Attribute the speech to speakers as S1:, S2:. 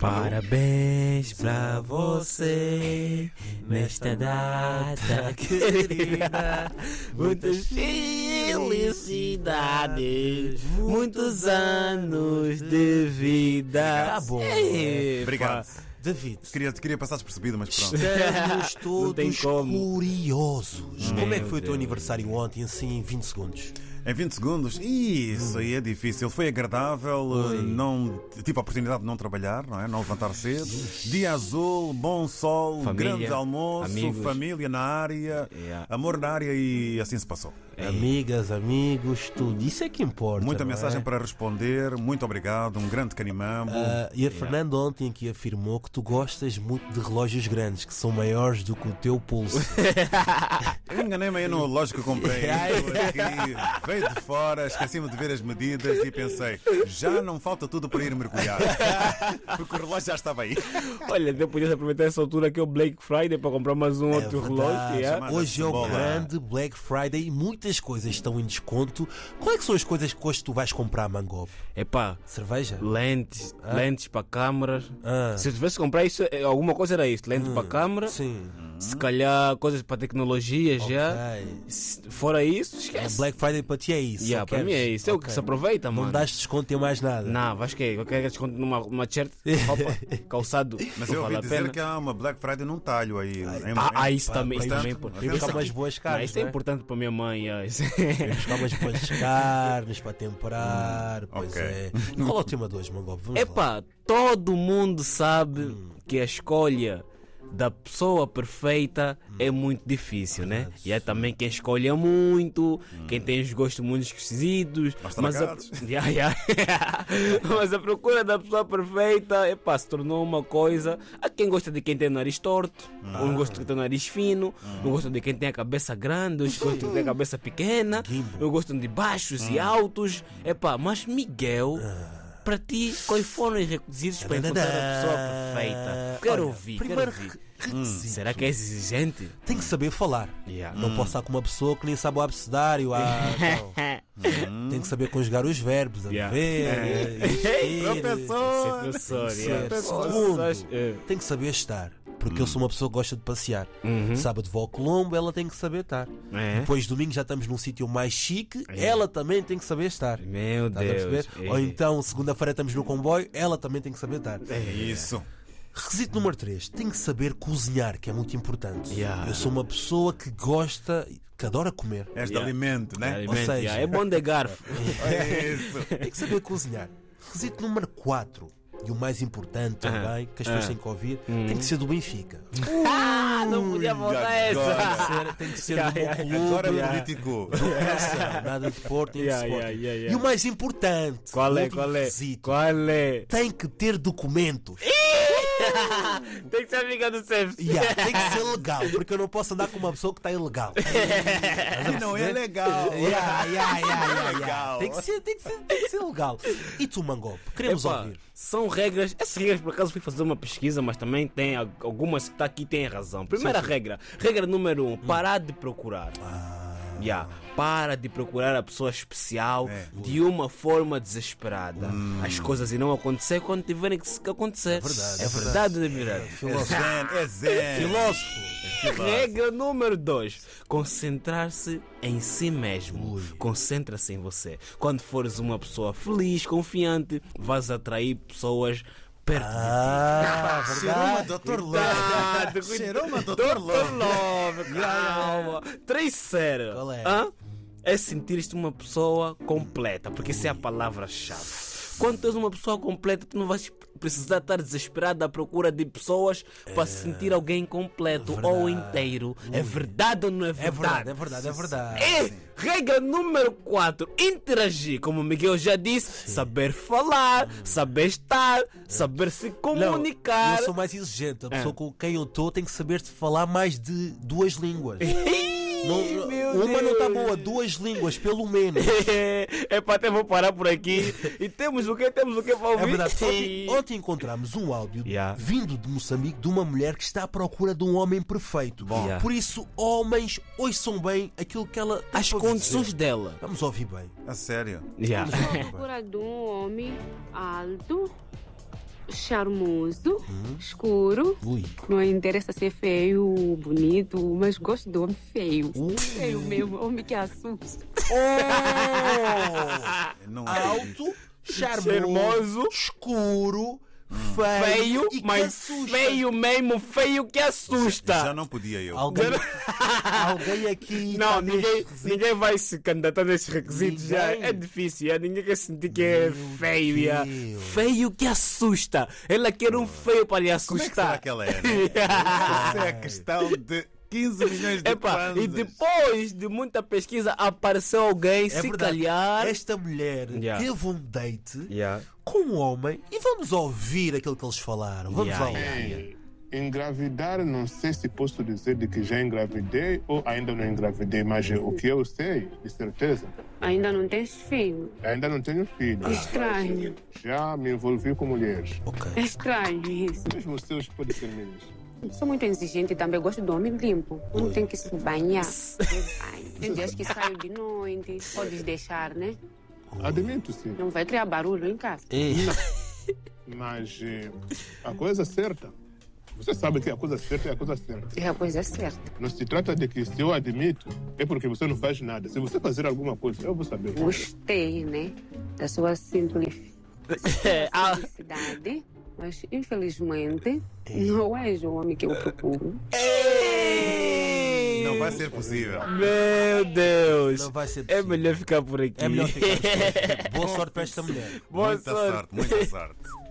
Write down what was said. S1: Parabéns pra você nesta data querida. Muitas felicidades, muitos anos de vida.
S2: Tá bom.
S1: Epa,
S2: Obrigado.
S1: David.
S2: Queria, queria passar despercebido, mas pronto.
S3: é- Estamos
S1: Não tem
S3: todos
S1: como.
S3: curiosos. como é que
S1: Meu
S3: foi o teu
S1: Deus.
S3: aniversário ontem, assim, em 20 segundos?
S2: Hum. Em 20 segundos, isso aí é difícil. Foi agradável, eh, não, tive a oportunidade de não trabalhar, não é? Não levantar cedo. Dia azul, bom sol,
S1: Família,
S2: grande almoço,
S1: amigos.
S2: família na área,
S1: Yeah.
S2: amor na área e assim se passou.
S3: Amigas, amigos, tudo. Isso é que importa.
S2: Muita
S3: É não é?
S2: mensagem para responder, muito obrigado, um grande canimambo.
S3: Ah, e a Fernanda ontem aqui afirmou que tu gostas muito de relógios grandes, que são maiores do que o teu pulso.
S2: Eu enganei-me aí no lógico que comprei.
S3: Yeah.
S2: Eu aqui, veio de fora, esqueci-me de ver as medidas e pensei, já não falta tudo para ir mergulhar. Porque o relógio já estava aí.
S1: Olha, até podias aproveitar essa altura que é o Black Friday para comprar mais um outro
S3: É verdade.
S1: relógio. Yeah?
S2: Chamada
S3: Hoje é o
S2: cebola.
S3: grande Black Friday e muitas coisas estão em desconto. Quais é que são as coisas que hoje tu vais comprar, Mangob?
S1: Epá,
S3: Cerveja?
S1: lentes, lentes para câmaras.
S3: Ah, Hum.
S1: Se eu tivesse que comprar isso, eh, alguma coisa era isso. Lentes para câmara,
S3: sim.
S1: se calhar coisas para tecnologia já.
S3: Ok.
S1: Se Fora isso,
S3: É
S1: esquece.
S3: Black Friday para ti é isso.
S1: Yeah,
S3: só
S1: para mim é
S3: queres.
S1: isso. É o que
S3: Ok.
S1: se aproveita,
S3: Não
S1: mano.
S3: dás desconto em mais nada.
S1: Não, vais que eu quero desconto numa, numa t-shirt, roupa, calçado.
S2: Mas
S1: não
S2: eu ouvi
S1: vale a
S2: dizer
S1: pena.
S2: que é há uma Black Friday num talho aí. em-
S1: Ah, ah,
S2: em-
S1: isso também, isso
S2: portanto,
S1: também. pô.
S2: tem que
S1: Isso
S3: Buscar
S2: Essa-
S3: umas
S1: aqui-
S3: boas
S1: não,
S3: carnes.
S1: isso é
S3: não é?
S1: importante para minha mãe. ah, isso.
S3: Buscar umas boas carnes para
S1: Hum,
S3: temperar. Pois
S2: ok.
S3: é. E Qual é o tema de hoje, Mangob? Vamos lá. Hum.
S1: Epá, todo mundo sabe que a escolha da pessoa perfeita
S3: Hum.
S1: é muito difícil, né? E é também quem escolhe muito, quem
S3: Hum.
S1: tem os gostos muito esquisitos.
S2: Mas
S1: a...
S2: tragados.
S1: Yeah, yeah. mas a procura da pessoa perfeita epá, se tornou uma coisa. Há quem gosta de quem tem o nariz torto,
S3: Ah.
S1: ou não gosta de quem tem o nariz fino, não gosta de quem tem a cabeça grande, outros gostam de quem tem a cabeça pequena,
S3: Gimbo.
S1: eu gosto de baixos
S3: Ah.
S1: e altos. Epá, mas Miguel. Para ti, quais foram os requisitos para encontrar a pessoa perfeita? Quero
S3: Olha,
S1: ouvir, quero
S3: primeiro
S1: ouvir.
S3: re- requisito.
S1: Será que é exigente?
S3: Tem que saber falar.
S1: Yeah. Hum.
S3: Não posso estar com uma pessoa que nem sabe o abecedário. Ah, não. Tem que saber conjugar os verbos. A
S1: Yeah.
S3: ver, eh,
S1: Ei,
S3: existir.
S2: Professor!
S1: Professor,
S3: Sim,
S1: yeah.
S3: professor.
S1: Professor, é.
S3: Tem que saber estar. Porque
S1: Hum.
S3: eu sou uma pessoa que gosta de passear. Sábado vou ao Colombo, ela tem que saber estar.
S1: Uhum. É.
S3: Depois domingo já estamos num sítio mais chique, ela também tem que saber estar.
S1: Meu
S3: Estás a
S1: Deus.
S3: perceber?
S1: é.
S3: Ou então, segunda-feira estamos no comboio, ela também tem que saber estar.
S1: É.
S2: Isso.
S3: Requisito número 3, tem que saber cozinhar, que é muito importante.
S1: Yeah.
S3: Eu sou uma pessoa que gosta, que adora comer.
S2: És de
S1: Yeah.
S2: alimento, né?
S1: Alimento,
S3: seja-
S1: yeah, É bom de garfo.
S2: É isso.
S3: Tem que saber cozinhar. Requisito número 4, e o mais importante também, que as pessoas têm que ouvir, tem que ser do Benfica.
S1: ah, não podia voltar
S2: agora.
S1: essa.
S3: Tem que ser- Tem que ser do meu
S1: Yeah,
S3: clube.
S2: Agora
S3: do
S2: político.
S3: Barça, nada de Porto, nem de
S1: Yeah,
S3: Sporting.
S1: yeah, yeah, yeah.
S3: E o mais importante,
S1: Qual é,
S3: outro
S1: qual é?
S3: requisito,
S1: Qual é?
S3: tem que ter documentos.
S1: Tem que ser amiga do Sérgio.
S3: Yeah, tem que ser legal, porque eu não posso andar com uma pessoa que está ilegal.
S2: E não é legal.
S3: Yeah, yeah, yeah, yeah, yeah.
S2: Legal.
S3: Tem, que ser, tem, que ser, tem que ser legal. E tu, Mangob, queremos
S1: Epá,
S3: ouvir.
S1: São regras, essas regras por acaso fui fazer uma pesquisa, mas também tem al- algumas que está aqui têm razão. Primeira regra, regra número um, parar de procurar. Yeah, para de procurar a pessoa especial
S2: É.
S1: de uma forma desesperada. As coisas irão acontecer quando tiverem que se- que acontecer. É
S3: verdade,
S1: é
S3: é
S1: verdade. É verdade.
S2: É zen, é zen.
S3: Filósofo.
S1: Regra número 2: concentrar-se em si mesmo. Concentra-se em você. Quando fores uma pessoa feliz, confiante, vais atrair pessoas perto
S3: Ah,
S2: Cheirou-me,
S3: verdade.
S2: doutor
S1: de ti.
S2: Lula.
S1: Ah, de-
S2: Cheirou-me,
S1: Dr.
S2: doutor Lula.
S1: Love, calma. Terceiro.
S3: Qual é?
S1: hã? É sentir-te uma pessoa completa, porque essa é a palavra-chave. Quando tens uma pessoa completa, tu não vais precisar estar desesperado à procura de pessoas para se sentir alguém completo ou inteiro. É verdade ou não é
S3: É
S1: verdade?
S3: verdade, é verdade, é verdade.
S1: É, regra número 4, interagir, como o Miguel já disse, saber falar, saber estar, saber se comunicar.
S3: Eu sou mais exigente. A pessoa com quem eu estou tem que saber te falar mais de duas línguas.
S1: Ih,
S3: Não-
S1: meu
S3: uma não está
S1: Deus.
S3: boa, duas línguas, pelo menos.
S1: é para até vou parar por aqui. E temos o que? Temos o que para ouvir?
S3: É verdade. Ontem, ontem encontramos um áudio
S1: Yeah.
S3: vindo de Moçambique de uma mulher que está à procura de um homem perfeito.
S1: Bom. Yeah.
S3: Por isso, homens, ouçam bem aquilo que ela. tem
S1: As
S3: para
S1: condições
S3: dizer.
S1: dela.
S3: Vamos ouvir bem.
S2: A sério.
S1: Yeah.
S4: procura de um homem alto, charmoso, escuro.
S3: Ui.
S4: Não interessa ser feio, bonito, mas gosto do homem feio. Feio mesmo, homem que assusta.
S3: Oh!
S2: Não é. acredito.
S3: Alto, charmoso,
S1: Charmoso. Hum.
S3: escuro, feio,
S1: Feio,
S3: e que
S1: mas
S3: assusta.
S1: feio mesmo, feio que assusta.
S2: Já não podia eu.
S3: Alguém, alguém aqui
S1: Não,
S3: tá está
S1: ninguém, ninguém vai se candidatar nesses requisitos. Já.
S3: Ninguém.
S1: É difícil, já. ninguém quer sentir que é feio. já.
S3: Deus.
S1: Feio que assusta. Ela quer um feio para lhe
S2: Como é que será
S1: assustar.
S2: que ela é? né? Essa é a questão de 15 milhões de
S1: Epá, e
S2: kwanzas.
S1: depois de muita pesquisa apareceu alguém, se calhar.
S3: É Esta mulher
S1: Yeah.
S3: teve um date
S1: Yeah.
S3: com um homem e vamos ouvir aquilo que eles falaram. Vamos
S1: Yeah,
S3: lá.
S1: yeah,
S3: ouvir.
S5: Engravidar, não sei se posso dizer de que já engravidei ou ainda não engravidei, mas o que eu sei, de certeza,
S4: Ainda não tens filho.
S5: ainda não tenho filho.
S4: Estranho.
S5: Já me envolvi com mulheres,
S4: É estranho isso.
S5: mesmo seus podem ser minhas.
S4: Sou muito exigente também, gosto do homem limpo. Não tem que se banhar. Se banha. Tem dias que saio de noite, podes deixar, né?
S5: Admito, sim.
S4: Não vai criar barulho em casa.
S3: Ei,
S5: Mas eh, a coisa certa, você sabe que a coisa certa é a coisa certa.
S4: É a coisa certa.
S5: Não se trata de que se eu admito, é porque você não faz nada. Se você fazer alguma coisa, eu vou saber.
S4: Gostei, né? Da sua simples
S1: É, ah,
S4: felicidade. Mas, infelizmente, não és o homem que eu procuro.
S2: Não vai ser possível.
S1: meu Deus.
S3: não vai
S1: É
S3: ser possível.
S1: melhor ficar por aqui.
S3: É melhor ficar. Boa sorte tipo, para esta mulher.
S1: Boa
S2: muita sorte, muita sorte.